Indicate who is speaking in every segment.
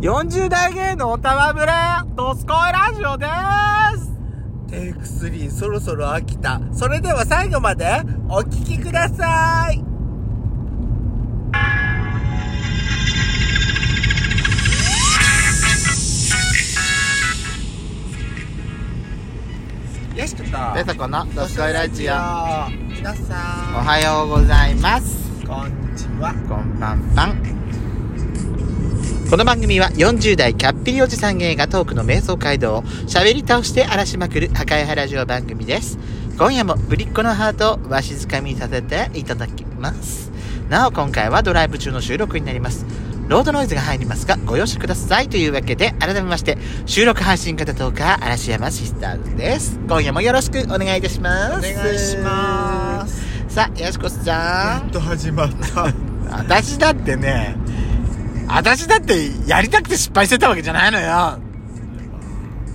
Speaker 1: 40代芸能たわむれ、ドスコイラジオでーす
Speaker 2: テイク3そろそろ飽きたそれでは最後までお聞きください
Speaker 1: よしきた
Speaker 3: ペソコのドスコイラジオお
Speaker 2: 皆さ
Speaker 3: はようございます
Speaker 2: んこんにちは
Speaker 3: こんばんばんこの番組は40代キャッピリおじさん芸がトークの瞑想街道を喋り倒して荒らしまくる破壊派ラジオ番組です今夜もぶりっ子のハートをわしづかみにさせていただきますなお今回はドライブ中の収録になりますロードノイズが入りますがご容赦くださいというわけで改めまして収録配信型トーカー嵐山シスターズです今夜もよろしくお願いいたします
Speaker 2: お願いします
Speaker 3: さあ、やしこちゃん。
Speaker 2: と始まった
Speaker 3: 私だってね、私だってやりたくて失敗してたわけじゃないのよ。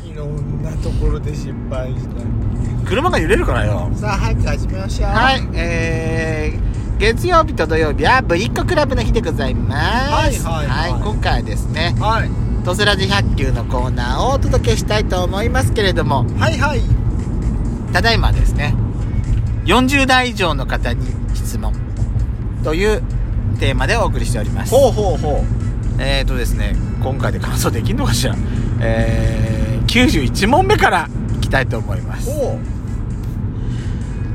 Speaker 2: いろんなところで失敗した
Speaker 3: 車が揺れるからよ。
Speaker 2: さあ早く始めましょう
Speaker 3: はい、えー、月曜日と土曜日はブリッコクラブの日でございます。
Speaker 2: はいはいはい
Speaker 3: 今回はですね、
Speaker 2: はい
Speaker 3: トスラジ100球のコーナーをお届けしたいと思いますけれども、
Speaker 2: はいはい
Speaker 3: ただいまですね、40代以上の方に質問というテーマでお送りしております。
Speaker 2: ほうほうほ
Speaker 3: えーとですね、今回で感想できんのかしら。えー、91問目からいきたいと思いま
Speaker 2: う
Speaker 3: す。
Speaker 2: ほう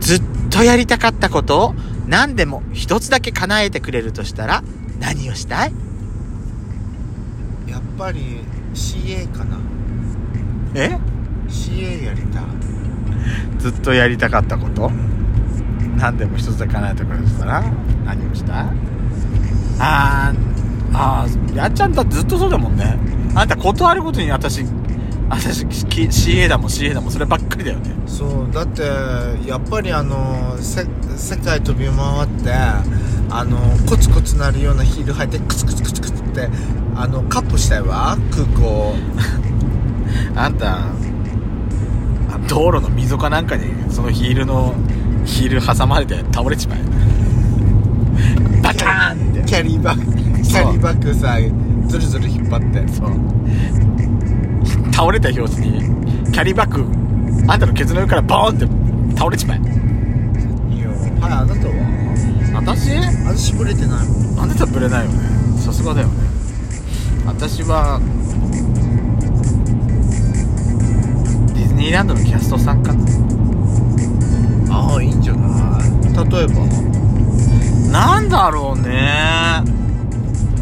Speaker 3: ずっとやりたかったことを何でも一つだけ叶えてくれるとしたら何をしたい
Speaker 2: やっぱり CA かな
Speaker 3: え
Speaker 2: CA やりたい
Speaker 3: ずっとやりたかったこと何でも一つだけ叶えてくれるとしたら何をしたいあーあー、やっちゃんだってずっとそうだもんね。あんた断るごとに私、私、き CA だもん CA だもんそればっかりだよね。
Speaker 2: そうだってやっぱりあのせ世界飛び回ってあのコツコツなるようなヒール履いてクツクツクツクツってあのカップしたいわ空港
Speaker 3: あんたあ道路の溝かなんかにそのヒールのヒール挟まれて倒れちまえバターンって
Speaker 2: キャリーバッグキ
Speaker 3: そう
Speaker 2: ャリーバッグさずるずる引っ張って
Speaker 3: そう倒れた拍子にキャリーバッグあんたのケツの上からボーンって倒れちまえ
Speaker 2: いいよはいあなたは
Speaker 3: 私
Speaker 2: 私ぶれてないもん
Speaker 3: あんたぶれないよねさすがだよね私はディズニーランドのキャストさんかな
Speaker 2: ああいいんじゃない例えば
Speaker 3: なんだろうね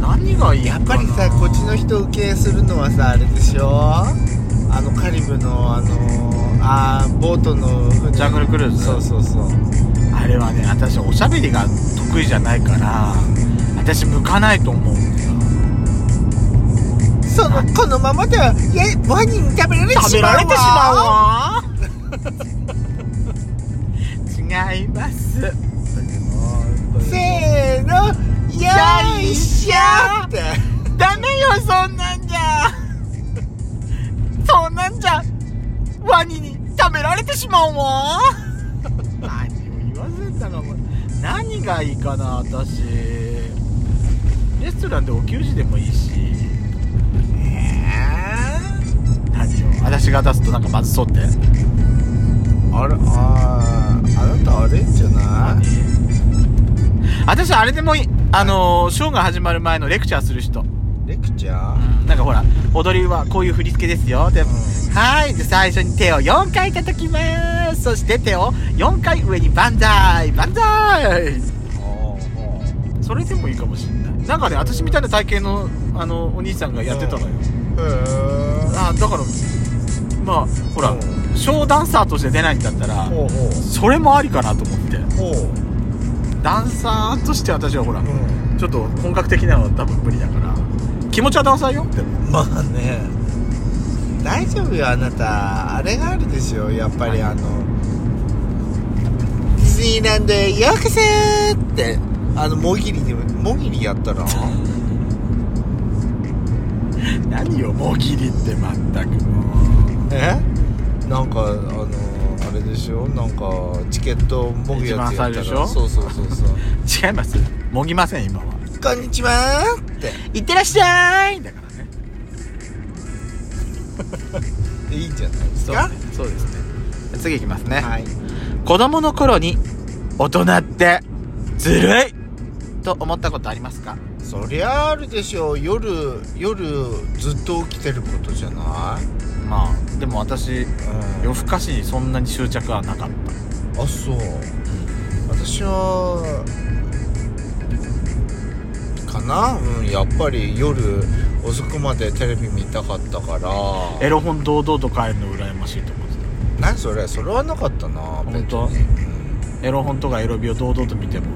Speaker 3: 何がいい
Speaker 2: やっぱりさこっちの人受けするのはさあれでしょあのカリブのあのあーボートの船
Speaker 3: ジャングルクルーズ
Speaker 2: そうそうそう
Speaker 3: あれはね私おしゃべりが得意じゃないから私向かないと思うんだよ
Speaker 2: そのこのままではワニに食べられてしまうわ
Speaker 3: わ 違います
Speaker 2: せーのよいしょって
Speaker 3: ダメよそんなんじゃそんなんじゃワニに食べられてしまうわ何を言わせんだかも何がいいかな私レストランでお給仕でもいいし何を私が出すとなんかまずそうって
Speaker 2: あれあーあなたあれんじゃない
Speaker 3: 私あれでもいいあのーショーが始まる前のレクチャーする人
Speaker 2: レクチャー
Speaker 3: なんかほら踊りはこういう振り付けですよでもはいで最初に手を4回叩きますそして手を4回上にバンザイバンザイそれでもいいかもしんないなんかね私みたいな体型のあのお兄さんがやってたのよ
Speaker 2: へ
Speaker 3: あだからまあほら
Speaker 2: うん
Speaker 3: ショーダンサーとして出ないんだったら
Speaker 2: えほうほ
Speaker 3: それもありかなと思って
Speaker 2: うほう
Speaker 3: ダンサーとして私はほら
Speaker 2: う
Speaker 3: ちょっと本格的なのは多分無理だから気持ちはダンサーよでも
Speaker 2: んまあね大丈夫よあなたあれがあるでしょやっぱりあのディズニーランドへようこそーってあのもぎりでももぎりやったら
Speaker 3: 何よもぎりってまったくもう
Speaker 2: えなんかあのあれでしょなんかチケットもぐやつやったら
Speaker 3: 一番最初でしょ
Speaker 2: そうそうそう そう
Speaker 3: 違いますもぎません今は
Speaker 2: こんにちはーって
Speaker 3: いってらっしゃいだからね
Speaker 2: いいんじゃないです
Speaker 3: そう
Speaker 2: か
Speaker 3: そうですね次いきますね、
Speaker 2: はい
Speaker 3: 子供の頃に大人ってずるいと思ったことありますか
Speaker 2: そりゃあるでしょう夜夜ずっと起きてることじゃな
Speaker 3: まあでも私
Speaker 2: い、うん
Speaker 3: 夜更かしにそんなに執着はなかった
Speaker 2: あそう私はかなうんやっぱり夜遅くまでテレビ見たかったから
Speaker 3: エロ本堂々と帰るの羨ましいと思って
Speaker 2: 何それそれはなかったな
Speaker 3: 本当
Speaker 2: 別に
Speaker 3: たエロ本とかエロビを堂々と見ても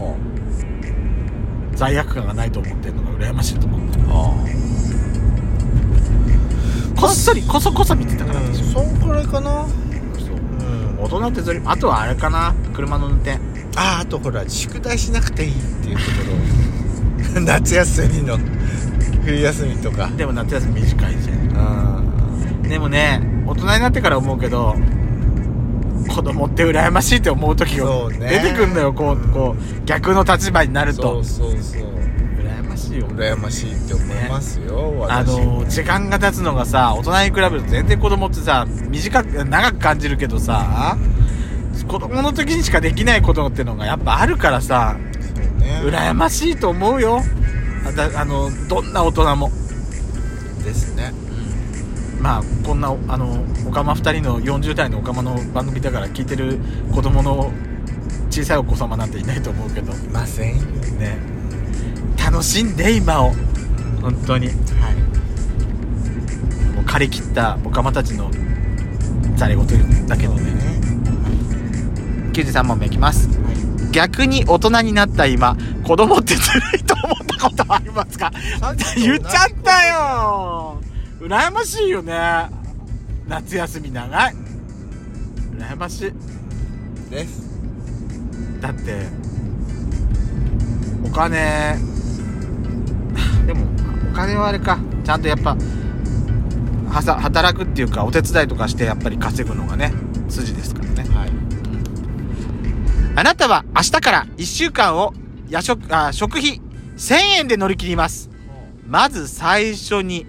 Speaker 2: うん
Speaker 3: 罪悪感がないと思ってるのが羨ましいと思った
Speaker 2: は
Speaker 3: こっそりこそこそ見てた
Speaker 2: あ
Speaker 3: から
Speaker 2: うん
Speaker 3: 私
Speaker 2: そんくらいかな
Speaker 3: そう
Speaker 2: うん
Speaker 3: 大人ってずるいあとはあれかな車の運転
Speaker 2: ああとほら宿題しなくていいっていうところ 夏休みの冬休みとか
Speaker 3: でも夏休み短いじゃん
Speaker 2: あ
Speaker 3: でもね大人になってから思うけど子供って羨ましいって思う時
Speaker 2: そ
Speaker 3: が
Speaker 2: うね
Speaker 3: 出てくんだよこうこう逆の立場にな
Speaker 2: あ
Speaker 3: る
Speaker 2: そ
Speaker 3: と
Speaker 2: うそうそう
Speaker 3: 羨ましいよ
Speaker 2: 羨ましいって思いますよ、
Speaker 3: あ
Speaker 2: 私
Speaker 3: の時間が経つのがさ大人に比べると全然子供ってさ短く長く感じるけどさ子供の時にしかできないことってのがやっぱあるからさ
Speaker 2: そうね
Speaker 3: 羨ましいと思うよあだあのどんな大人も
Speaker 2: ですね
Speaker 3: まあこんなあのおかま2人の40代のおかまの番組だから聞いてる子供の小さいお子様なんていないと思うけど
Speaker 2: いませんよ
Speaker 3: ね楽しんで今を本当に
Speaker 2: はい
Speaker 3: もう刈り切ったおかまたちのざれ言だけどね93問目いきます逆に大人になった今子供ってずるいと思ったことはありますか
Speaker 2: さっきと同じ
Speaker 3: 言っちゃったよ羨ましいよね夏休み長い羨ましい
Speaker 2: です
Speaker 3: だってお金 でもお金はあれかちゃんとやっぱはさ働くっていうかお手伝いとかしてやっぱり稼ぐのがね筋ですからね
Speaker 2: はい
Speaker 3: あなたは明日から1週間を夜食あ食費1000円で乗り切りますまず最初に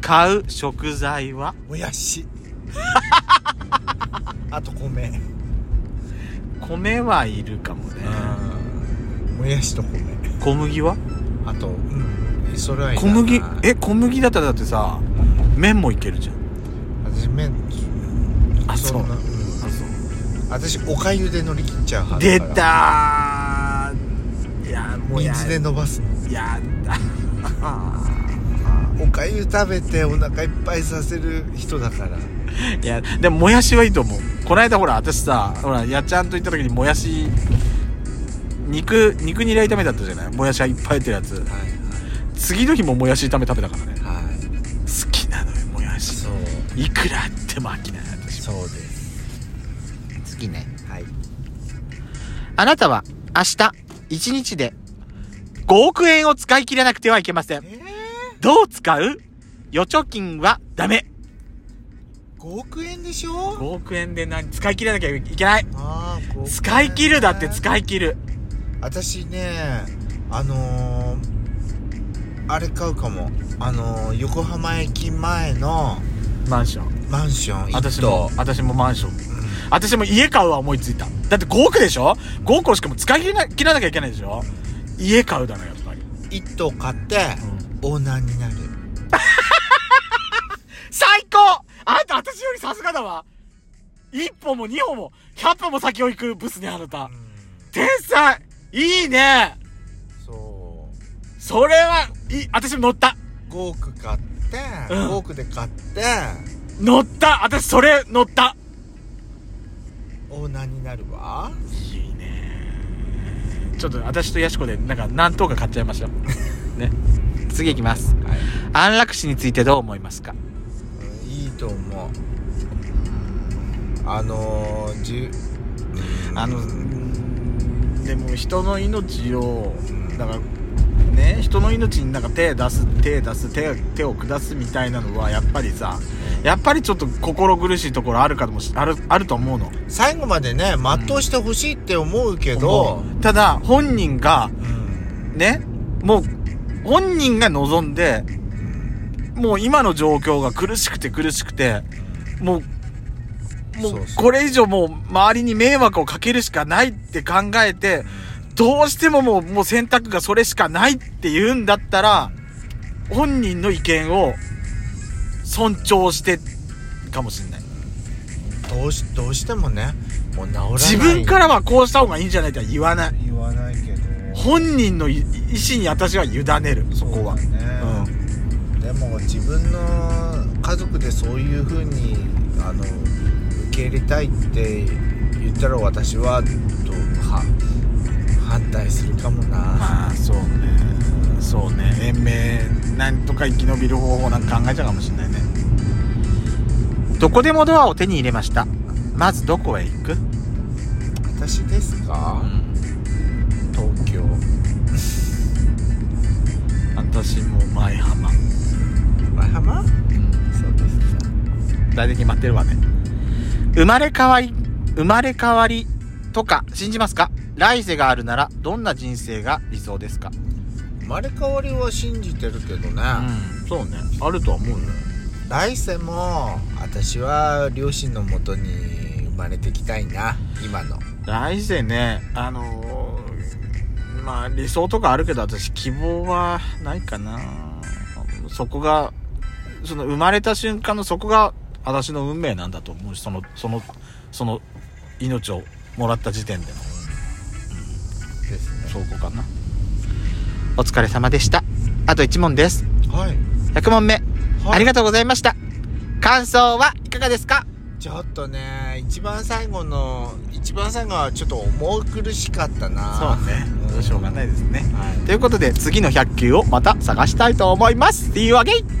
Speaker 3: 買う食材は
Speaker 2: もや しあと米
Speaker 3: 米はいるかもね
Speaker 2: もやしと米
Speaker 3: 小麦は
Speaker 2: あとうんそれはいら
Speaker 3: 小
Speaker 2: ない
Speaker 3: 麦え小麦だったらだってさ麺もいけるじゃん
Speaker 2: 私麺
Speaker 3: あそうん
Speaker 2: な
Speaker 3: あ
Speaker 2: うん
Speaker 3: そう
Speaker 2: 私おかゆで乗り切っちゃう派
Speaker 3: 出
Speaker 2: だから
Speaker 3: たーいやもうや
Speaker 2: 水で伸ばす
Speaker 3: や だ
Speaker 2: おかゆ食べてお腹いっぱいさせる人だから
Speaker 3: いやでももやしはいいと思うこないだほら私さほらやっちゃんと行った時にもやし肉肉ニラ炒めだったじゃないもやしがいっぱい入ってるやつ
Speaker 2: はい
Speaker 3: 次の日ももやし炒め食べたからね
Speaker 2: はいはい
Speaker 3: 好きなのよもやし
Speaker 2: そう
Speaker 3: いくらあっても飽きない私
Speaker 2: そうです
Speaker 3: 好きね
Speaker 2: はい
Speaker 3: あなたは明日1日で5億円を使い切らなくてはいけません
Speaker 2: え
Speaker 3: どう使う預貯金はダメ
Speaker 2: ー、5億円でしょ
Speaker 3: 5億円で何使い切らなきゃいけない
Speaker 2: ああ5億円
Speaker 3: 使い切るだって使い切る
Speaker 2: 私ねあのー、あれ買うかもあのー、横浜駅前の
Speaker 3: マンション
Speaker 2: マンション一棟
Speaker 3: 私も私もマンション
Speaker 2: う
Speaker 3: 私も家買うは思いついただって5億でしょ5億をしかも使い切らな切らなきゃいけないでしょ家買うだなやっぱり
Speaker 2: ん一棟買って、オーナーになる
Speaker 3: 最高あんた私よりさすがだわ1歩も2歩も100歩も先を行くブスねあなた天才いいね
Speaker 2: そ
Speaker 3: それはいい私も乗った
Speaker 2: う5億買って、
Speaker 3: うん
Speaker 2: 5億で買って
Speaker 3: 乗った私それ乗った
Speaker 2: オーナーになるわ
Speaker 3: いいねちょっと私とヤシコでなんか何頭か買っちゃいま しょうね次いきます
Speaker 2: はい
Speaker 3: 安楽死についてどう思いますか
Speaker 2: うんいいと思うあのー、じゅ
Speaker 3: あのでも人の命をだからね人の命になんか手出す手出す手手を下すみたいなのはやっぱりさやっぱりちょっと心苦しいところあるかもしあるあると思うの
Speaker 2: 最後までね全うしてほしいって思うけど、
Speaker 3: ただ本人が
Speaker 2: うん
Speaker 3: ねもう本人が望んでもう今の状況が苦しくて苦しくて、もう、も
Speaker 2: そううそう
Speaker 3: これ以上もう周りに迷惑をかけるしかないって考えて、どうしてももうもう選択がそれしかないって言うんだったら、本人の意見を尊重してかもしれない。
Speaker 2: どうしどうしてもねもう治らない
Speaker 3: 自分からはこうした方がいいんじゃないとは言わない。
Speaker 2: 言わないけど
Speaker 3: 本人の意意思に私は委ねる、そこは。
Speaker 2: そうだね、でも自分の家族でそういうふうにあの受け入れたいって言ったら私はとは反対するかもな
Speaker 3: まあそうねそうね延命なんとか生き延びる方法なんか考えちゃうかもしれないね
Speaker 4: どこでもドアを手に入れましたまずどこへ行く
Speaker 2: 私ですか東京
Speaker 3: 私も前浜
Speaker 2: 前浜そうですか
Speaker 4: 大体決まってるわね生まれ変わり生まれ変わりとか信じますか来世があるならどんな人生が理想ですか
Speaker 2: 生まれ変わりは信じてるけどね、
Speaker 3: うんそうねあるとは思うよ
Speaker 2: 来世も私は両親のもとに生まれてきたいな今の
Speaker 3: 来世ねあのーまあ理想とかあるけど私希望はないかなそこがその生まれた瞬間のそこが私の運命なんだと思うしそのそのその命をもらった時点での
Speaker 2: ですね
Speaker 3: 証拠かな
Speaker 4: お疲れ様でしたあと1問です
Speaker 2: はい
Speaker 4: 100問目、
Speaker 2: はい
Speaker 4: ありがとうございました感想はいかがですか
Speaker 2: ちょっとね一番最後の一番最後はちょっと重苦しかったな
Speaker 3: どうしょうがないですね
Speaker 2: はい
Speaker 4: ということで次の100球をまた探したいと思います See you again!